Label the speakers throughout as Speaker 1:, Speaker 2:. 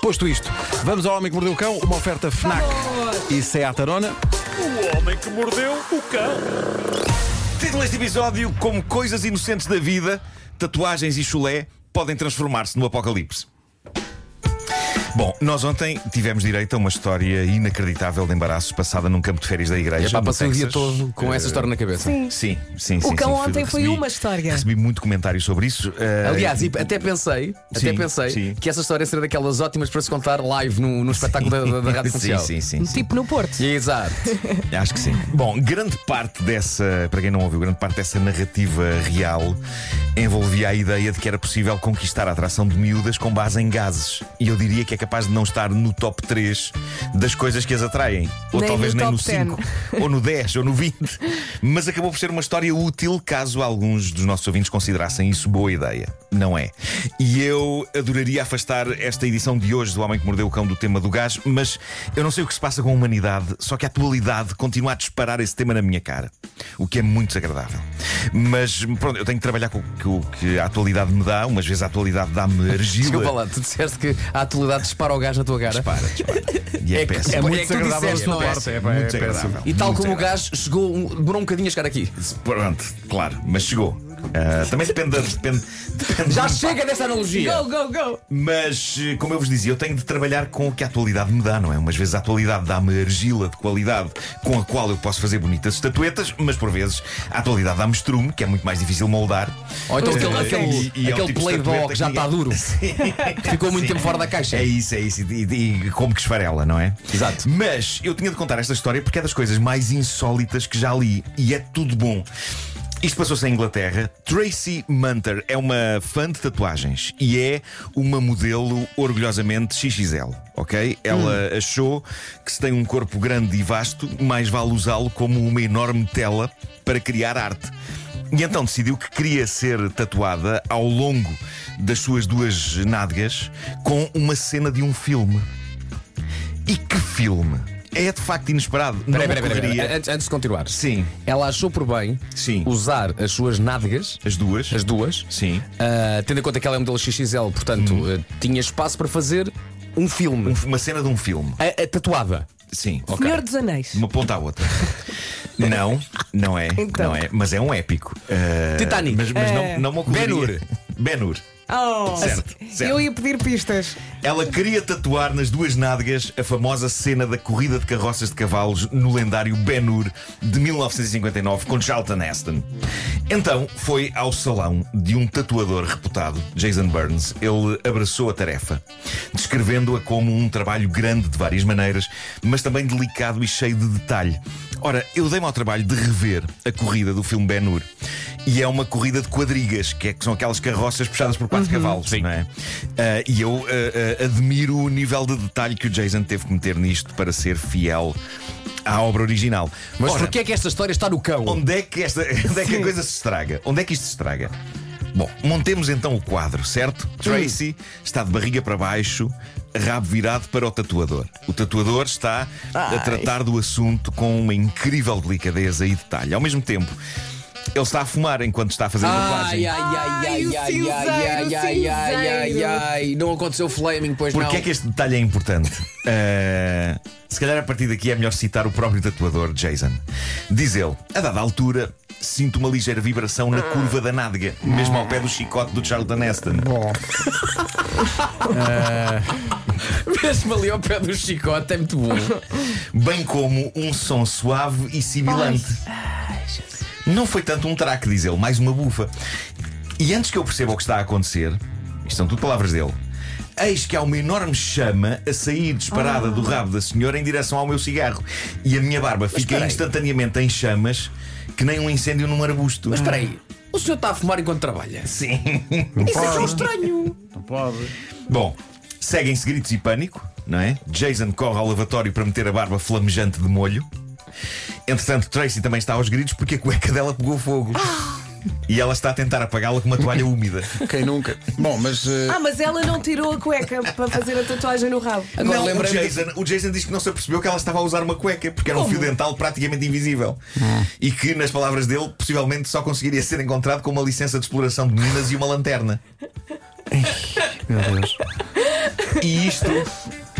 Speaker 1: Posto isto, vamos ao Homem que Mordeu o Cão, uma oferta FNAC e Seat Arona.
Speaker 2: O homem que mordeu o cão.
Speaker 3: Título deste episódio: Como coisas inocentes da vida, tatuagens e chulé podem transformar-se no apocalipse. Bom, nós ontem tivemos direito a uma história inacreditável de embaraços passada num campo de férias da igreja.
Speaker 4: É pá,
Speaker 3: no
Speaker 4: passei o dia
Speaker 3: Texas.
Speaker 4: todo com essa história na cabeça.
Speaker 3: Sim, sim, sim.
Speaker 5: O cão
Speaker 3: sim,
Speaker 5: ontem foi
Speaker 3: recebi-
Speaker 5: uma história.
Speaker 3: Recebi muito comentário sobre isso. eh,
Speaker 4: Aliás, e até pensei, até
Speaker 3: Sim,
Speaker 4: pensei
Speaker 3: sim.
Speaker 4: que essa história seria daquelas ótimas para se contar live no, no espetáculo da, da- da Rádio
Speaker 3: Sim,
Speaker 4: Comercial.
Speaker 3: sim, sim. sim.
Speaker 5: Tipo no Porto.
Speaker 4: Exato.
Speaker 3: Acho que sim. Bom, grande parte dessa, para quem não ouviu, grande parte dessa narrativa real envolvia a ideia de que era possível conquistar a atração de miúdas com base em gases. E eu diria que é capaz de não estar no top 3 das coisas que as atraem. Ou
Speaker 5: Nem
Speaker 3: talvez
Speaker 5: no
Speaker 3: nem
Speaker 5: top
Speaker 3: no 5, ou no 10, ou no 20. Mas acabou por ser uma história útil caso alguns dos nossos ouvintes considerassem isso boa ideia. Não é? E eu adoraria afastar esta edição de hoje do Homem que Mordeu o Cão do tema do gás, mas eu não sei o que se passa com a humanidade, só que a atualidade continua a disparar esse tema na minha cara, o que é muito desagradável. Mas pronto, eu tenho que trabalhar com o que- o que a atualidade me dá, umas vezes a atualidade dá-me
Speaker 4: Desculpa
Speaker 3: argila.
Speaker 4: lá, tu disseste que a atualidade dispara o gás na tua cara.
Speaker 3: Dispara, dispara. E é,
Speaker 4: É que-
Speaker 3: péssimo.
Speaker 4: é muito
Speaker 3: que tu
Speaker 4: desagradável
Speaker 3: disseste,
Speaker 4: a sua
Speaker 3: não é?
Speaker 4: parte,
Speaker 3: Muito desagradável.
Speaker 4: E tal
Speaker 3: Muito
Speaker 4: como
Speaker 3: desagradável.
Speaker 4: o gás chegou, um- demorou um bocadinho a chegar aqui.
Speaker 3: Pronto, claro, mas chegou. Ah, também depende, da- depende, depende
Speaker 4: Já
Speaker 3: do
Speaker 4: chega dessa analogia!
Speaker 5: Go, go, go!
Speaker 3: Mas, eh, como eu vos dizia, eu tenho de trabalhar com o que a atualidade me dá, não é? Umas vezes a atualidade dá-me argila de qualidade com a qual eu posso fazer bonitas estatuetas, mas por vezes a atualidade dá-me estrume, que é muito mais difícil moldar.
Speaker 4: Ou então
Speaker 3: Eh,
Speaker 4: aquele,
Speaker 3: e- e
Speaker 4: aquele,
Speaker 3: é o tipo
Speaker 4: aquele
Speaker 3: de
Speaker 4: play
Speaker 3: estatueta
Speaker 4: doh que já
Speaker 3: que
Speaker 4: está
Speaker 3: ninguém-
Speaker 4: duro, que ficou muito
Speaker 3: Sim.
Speaker 4: tempo fora da caixa.
Speaker 3: É isso, é isso. E, e- e como que esfarela, não é?
Speaker 4: Exato.
Speaker 3: Mas eu tinha de contar esta história porque é das coisas mais insólitas que já li e é tudo bom. Isto passou-se em Inglaterra. Tracy Munter é uma fã de tatuagens e é uma modelo orgulhosamente XXL, ok? Ela
Speaker 4: Hum.
Speaker 3: achou que se tem um corpo grande e vasto, mais vale usá-lo como uma enorme tela para criar arte. E então decidiu que queria ser tatuada ao longo das suas duas nádegas com uma cena de um filme. E que filme! É de facto inesperado. Não
Speaker 4: Peraí, peraí, peraí,
Speaker 3: ocorreria-
Speaker 4: peraí. Ah, Antes, antes de continuar,
Speaker 3: Sim,
Speaker 4: ela achou por bem
Speaker 3: Sim.
Speaker 4: usar as suas nádegas,
Speaker 3: as duas.
Speaker 4: as duas,
Speaker 3: Sim.
Speaker 4: ah, tendo em conta que ela é um modelo XXL, portanto, ah, tinha espaço para fazer um filme.
Speaker 3: Um- uma cena de um filme.
Speaker 4: A, a tatuada.
Speaker 3: Sim, ok.
Speaker 5: Senhor dos Anéis.
Speaker 3: Uma ponta à outra. não, não é.
Speaker 5: Então.
Speaker 3: Não é. Mas é um épico. Ah,
Speaker 4: Titanic.
Speaker 3: Mas, mas não, não me ocorreria.
Speaker 4: É. Ben-Hur.
Speaker 3: Ben-Hur.
Speaker 5: Oh,
Speaker 3: Certo, certo.
Speaker 5: Eu ia pedir pistas.
Speaker 3: Ela queria tatuar nas duas nádegas a famosa cena da corrida de carroças de cavalos no lendário Ben-Hur de 1959 com Charlton Heston. Então foi ao salão de um tatuador reputado, Jason Burns. Ele abraçou a tarefa, descrevendo-a como um trabalho grande de várias maneiras, mas também delicado e cheio de detalhe. Ora, eu dei-me ao trabalho de rever a corrida do filme Ben-Hur. E é uma corrida de quadrigas, que, é, que são aquelas carroças puxadas por quatro cavalos, não é? Ah, e eu ah, ah, admiro o nível de detalhe que o Jason teve que meter nisto para ser fiel à obra original.
Speaker 4: Mas
Speaker 3: Ora,
Speaker 4: porquê é que esta história está no cão?
Speaker 3: Onde é que, esta, onde é que a coisa se estraga? Onde é que isto se estraga? Bom, montemos então o quadro, certo? Tracy está de barriga para baixo, rabo virado para o tatuador. O tatuador está a tratar do assunto com uma incrível delicadeza e detalhe. Ao mesmo tempo, ele está a fumar enquanto está a fazer a
Speaker 4: Ai, ai,
Speaker 3: tatuagem.
Speaker 4: ai,
Speaker 5: Ai,
Speaker 4: ai,
Speaker 5: o
Speaker 4: ai, ai, ai,
Speaker 5: cinzeiro,
Speaker 4: ai, ai, ai,
Speaker 5: cinzeiro.
Speaker 4: ai, não aconteceu flaming, pois não.
Speaker 3: Porquê é que este detalhe é importante? Eh, se calhar a partir daqui é melhor citar o próprio tatuador, Jason. Diz ele: a dada altura, sinto uma ligeira vibração na curva da nádega, mesmo ao pé do chicote do Charlton Heston.
Speaker 4: Mesmo ali ao pé do chicote, é muito bom.
Speaker 3: Bem como um som suave e sibilante. Não foi tanto um traque, diz ele, mais uma bufa. E antes que eu perceba o que está a acontecer, isto são tudo palavras dele. Eis que há uma enorme chama a sair disparada
Speaker 4: Oh.
Speaker 3: do rabo da senhora em direção ao meu cigarro. E a minha barba fica
Speaker 4: espera aí.
Speaker 3: instantaneamente em chamas, que nem um incêndio num arbusto.
Speaker 4: Mas espera aí, o senhor está a fumar enquanto trabalha?
Speaker 3: Sim.
Speaker 4: Isso é tão estranho.
Speaker 3: Bom, seguem-se gritos e pânico, não é? Jason corre ao lavatório para meter a barba flamejante de molho. Entretanto, Tracy também está aos gritos porque a cueca dela pegou fogo. E ela está a tentar apagá-la com uma toalha úmida.
Speaker 6: Quem nunca? Bom, mas eh,
Speaker 5: Ah, mas ela não tirou a cueca para fazer a tatuagem no rabo.
Speaker 4: Agora
Speaker 3: Não, o,
Speaker 4: lembrei-me de-
Speaker 3: Jason, o Jason diz que não se apercebeu que ela estava a usar uma cueca porque era um
Speaker 5: Como?
Speaker 3: fio dental praticamente invisível. E que, nas palavras dele, possivelmente só conseguiria ser encontrado com uma licença de exploração de minas e uma lanterna.
Speaker 6: meu Deus.
Speaker 3: E isto,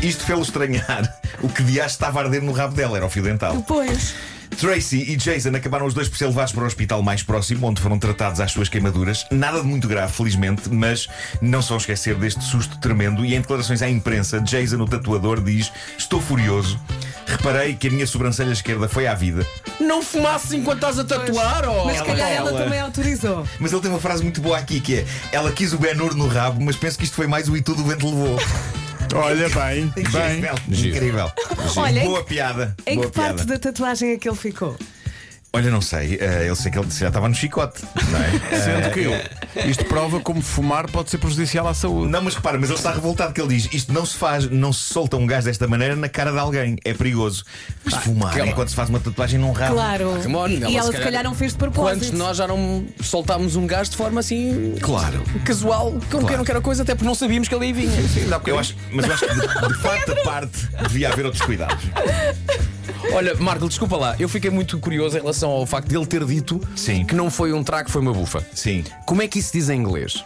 Speaker 3: isto fez-lo estranhar o que de estava a arder no rabo dela, era o fio dental.
Speaker 5: Pois.
Speaker 3: Tracy e Jason acabaram os dois por ser levados para o hospital mais próximo, onde foram tratados às suas queimaduras. Nada de muito grave, felizmente, mas não só esquecer deste susto tremendo. E em declarações à imprensa, Jason, o tatuador, diz: Estou furioso. Reparei que a minha sobrancelha esquerda foi à vida.
Speaker 4: Não fumasse enquanto estás a tatuar, ó!
Speaker 5: Mas se calhar ela
Speaker 3: Ela-
Speaker 5: também autorizou.
Speaker 3: Mas ele tem uma frase muito boa aqui que é: Ela quis o Ben Hur no rabo, mas penso que isto foi mais o e tudo o vento levou.
Speaker 1: Olha bem, bem.
Speaker 3: Incrível, incrível.
Speaker 5: Olha, em
Speaker 3: boa
Speaker 5: que-
Speaker 3: piada.
Speaker 5: Em
Speaker 3: boa
Speaker 5: que parte
Speaker 3: piada.
Speaker 5: da tatuagem é que ele ficou?
Speaker 3: Olha, não sei. eh, eu sei que ele já estava no chicote, não é?
Speaker 1: Sendo que isto prova como fumar pode ser prejudicial à saúde.
Speaker 3: Não, mas repara, mas ele está revoltado que ele diz Isto não se faz, não se solta um gás desta maneira na cara de alguém, é perigoso Mas fumar
Speaker 4: calma.
Speaker 3: é quando se faz uma tatuagem num rabo
Speaker 5: Claro.
Speaker 4: Come on,
Speaker 5: e ela se calhar não fez de
Speaker 4: Quantos
Speaker 5: propósito.
Speaker 4: de nós já não soltámos um gás de forma assim
Speaker 3: Claro
Speaker 4: casual, como quem não quer a coisa, até porque não sabíamos que ele aí vinha.
Speaker 3: eu acho, Mas eu acho que de, de facto a parte devia haver outros cuidados
Speaker 4: Olha, Marco, desculpa lá, eu fiquei muito curioso em relação ao facto de ele ter dito
Speaker 3: Sim.
Speaker 4: que não foi um trago, foi uma bufa.
Speaker 3: Sim
Speaker 4: Como é que isso diz em inglês?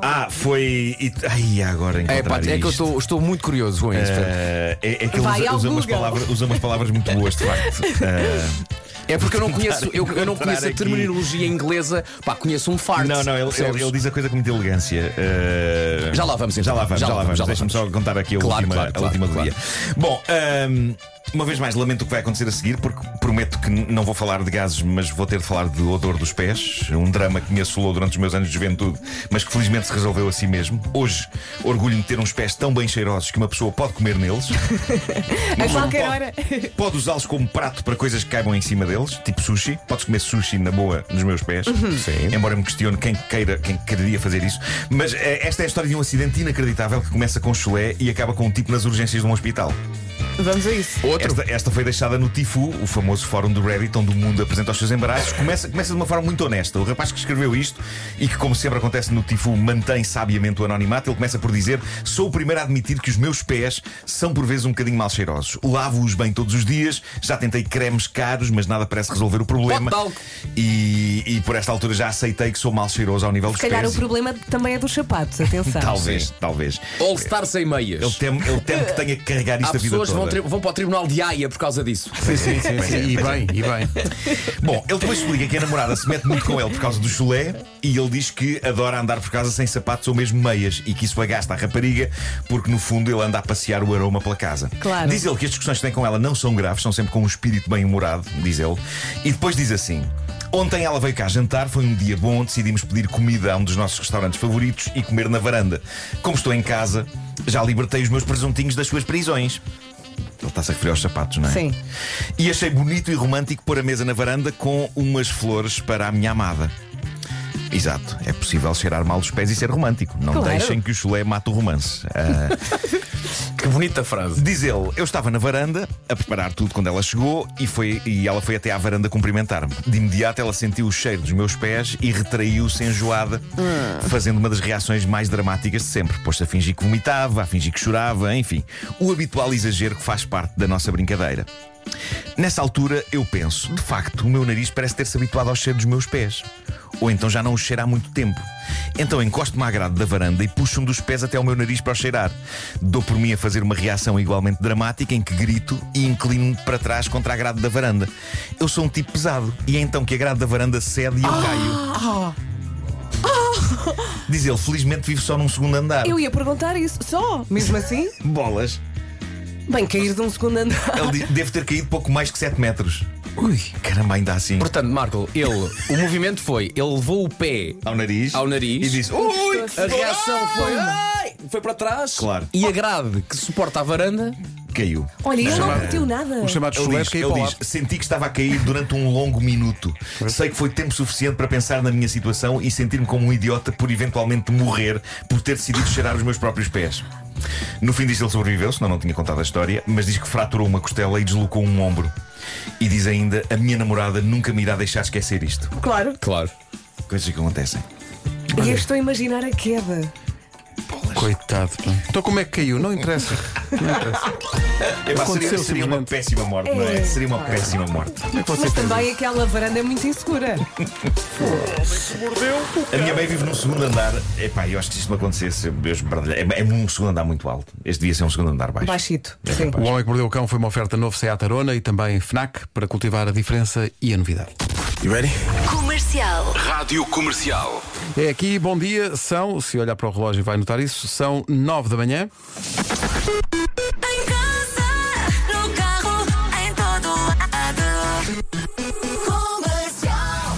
Speaker 3: Ah, foi... it- Ai, agora
Speaker 4: É, pá,
Speaker 3: encontrar
Speaker 4: é que eu
Speaker 3: isto.
Speaker 4: estou, estou muito curioso com isso. portanto.
Speaker 3: Eh, é, é que ele
Speaker 5: Vai
Speaker 3: usa,
Speaker 5: ao
Speaker 3: usa umas
Speaker 5: Google.
Speaker 3: palavras, usa umas palavras muito boas, de facto Eh,
Speaker 4: É porque eu não conheço, eu, eu não
Speaker 3: encontrar
Speaker 4: conheço a
Speaker 3: aqui.
Speaker 4: terminologia inglesa. Pá, conheço um fart.
Speaker 3: Não, não, ele,
Speaker 4: percebes?
Speaker 3: ele- ele diz a coisa com muita elegância. Eh,
Speaker 4: Já lá vamos, então.
Speaker 3: Já lá vamos, já, lá vamos.
Speaker 4: já lá
Speaker 3: Deixa-me só
Speaker 4: vamos.
Speaker 3: contar aqui a
Speaker 4: Claro,
Speaker 3: última,
Speaker 4: claro,
Speaker 3: a
Speaker 4: claro,
Speaker 3: última do
Speaker 4: claro.
Speaker 3: dia. Bom, ehm, uma vez mais, lamento o que vai acontecer a seguir, porque prometo que n- não vou falar de gases, mas vou ter de falar de odor dos pés. Um drama que me assolou durante os meus anos de juventude, mas que felizmente se resolveu a si mesmo. Hoje, orgulho-me de ter uns pés tão bem cheirosos que uma pessoa pode comer neles.
Speaker 5: A qualquer
Speaker 3: Pode-
Speaker 5: hora.
Speaker 3: Pode usá-los como prato para coisas que caibam em cima deles, tipo sushi. Podes comer sushi na boa nos meus pés. Sim. Embora eu me questione quem queira, quem quereria fazer isso. Mas eh, esta é a história de um acidente inacreditável que começa com chulé e acaba com um tipo nas urgências de um hospital.
Speaker 5: Vamos a isso.
Speaker 3: Esta, esta foi deixada no Tifu, o famoso fórum do Reddit, onde o mundo apresenta os seus embaraços. Começa, começa de uma forma muito honesta. O rapaz que escreveu isto e que, como sempre acontece no Tifu, mantém sabiamente o anonimato, ele começa por dizer: Sou o primeiro a admitir que os meus pés são por vezes um bocadinho mal cheirosos. Lavo-os bem todos os dias, já tentei cremes caros, mas nada parece resolver o problema.
Speaker 4: Pote de talco.
Speaker 3: E, e por esta altura já aceitei que sou mal cheiroso ao nível
Speaker 5: Se
Speaker 3: dos
Speaker 5: calhar
Speaker 3: pés.
Speaker 5: o problema também é dos sapatos, atenção.
Speaker 3: Talvez, talvez.
Speaker 4: All Star sem meias.
Speaker 3: Ele teme, ele teme que tenha que carregar
Speaker 4: Há
Speaker 3: isto a vida
Speaker 4: pessoas que
Speaker 3: toda.
Speaker 4: vão, tri- vão para o tribunal de Haia por causa disso.
Speaker 1: Sim, sim, sim. sim. E bem, e bem.
Speaker 3: Bom, ele depois explica que a namorada se mete muito com ele por causa do chulé e ele diz que adora andar por casa sem sapatos ou mesmo meias e que isso agasta a rapariga porque no fundo ele anda a passear o aroma pela casa.
Speaker 5: Claro.
Speaker 3: Diz ele que as discussões que tem com ela não são graves, são sempre com um espírito bem-humorado, diz ele. E depois diz assim. Ontem ela veio cá jantar, foi um dia bom, decidimos pedir comida a um dos nossos restaurantes favoritos e comer na varanda. Como estou em casa, já libertei os meus presuntinhos das suas prisões. Ele está-se a referir aos sapatos, não é?
Speaker 5: Sim.
Speaker 3: E achei bonito e romântico pôr a mesa na varanda com umas flores para a minha amada. Exato, é possível cheirar mal dos pés e ser romântico. Não
Speaker 5: Claro.
Speaker 3: deixem que o chulé mate o romance. Ah,
Speaker 4: Que bonita frase.
Speaker 3: diz ele, eu estava na varanda a preparar tudo quando ela chegou e, foi, e ela foi até à varanda cumprimentar-me. De imediato ela sentiu o cheiro dos meus pés e retraiu-se enjoada,
Speaker 5: Hum.
Speaker 3: fazendo uma das reações mais dramáticas de sempre. Pôs-se a fingir que vomitava, a fingir que chorava, enfim. O habitual exagero que faz parte da nossa brincadeira. Nessa altura eu penso, de facto, o meu nariz parece ter-se habituado ao cheiro dos meus pés. Ou então já não o cheira há muito tempo. Então encosto-me à grade da varanda e puxo um dos pés até ao meu nariz para o cheirar. Dou por mim a fazer uma reação igualmente dramática em que grito e inclino-me para trás contra a grade da varanda. Eu sou um tipo pesado e é então que a grade da varanda cede e eu caio. Diz ele, felizmente vivo só num segundo andar.
Speaker 5: Eu ia perguntar isso só, mesmo assim.
Speaker 3: Bolas.
Speaker 5: Bem, cair de um segundo andar.
Speaker 3: Ele diz, deve ter caído pouco mais que 7 metros. Ui, caramba, ainda assim.
Speaker 4: Portanto, Marco, ele, o movimento foi, ele levou o pé
Speaker 3: Ao nariz.
Speaker 4: Ao nariz.
Speaker 3: E disse, ui,
Speaker 4: A reação foi. "Ai!" Foi para trás.
Speaker 3: Claro.
Speaker 4: E a grade que suporta a varanda.
Speaker 3: Caiu.
Speaker 5: Olha, ele não
Speaker 1: Chamado-
Speaker 5: repetiu nada.
Speaker 1: O chamado
Speaker 3: Ele
Speaker 1: chulé
Speaker 3: diz,
Speaker 1: caiu
Speaker 3: ele
Speaker 1: para o
Speaker 3: diz,
Speaker 1: lado.
Speaker 3: senti que estava a cair durante um longo minuto. Sei que foi tempo suficiente para pensar na minha situação e sentir-me como um idiota por eventualmente morrer por ter decidido cheirar os meus próprios pés. No fim disto ele sobreviveu, senão não tinha contado a história, mas diz que fraturou uma costela e deslocou um ombro. E diz ainda: A minha namorada nunca me irá deixar esquecer isto.
Speaker 5: Claro.
Speaker 4: Claro.
Speaker 3: Coisas que acontecem.
Speaker 5: E eu estou a imaginar a queda.
Speaker 1: Coitado. pá. Então como é que caiu? Não interessa. Não interessa.
Speaker 3: É, pá, seria,
Speaker 1: Aconteceu,
Speaker 3: seria uma
Speaker 1: simplesmente.
Speaker 3: péssima morte, não é?
Speaker 5: É.
Speaker 3: Seria uma péssima morte.
Speaker 1: Como é que você
Speaker 5: Mas
Speaker 1: fez isso?
Speaker 5: também aquela varanda é muito insegura.
Speaker 2: que mordeu o
Speaker 3: A
Speaker 2: cão.
Speaker 3: minha mãe vive num segundo andar. Epá, eu acho que se isto me acontecesse, eu esbardalhava. É, é num segundo andar muito alto. Este devia ser um segundo andar baixo.
Speaker 5: Baixito.
Speaker 3: É
Speaker 5: Sim.
Speaker 3: capaz.
Speaker 1: O Homem que Mordeu o Cão foi uma oferta novo Seat Arona e também FNAC para cultivar a diferença e a novidade.
Speaker 6: You ready?
Speaker 7: Comercial.
Speaker 8: Rádio Comercial.
Speaker 1: É aqui, bom dia, são, se olhar para o relógio vai notar isso, são 9 da manhã.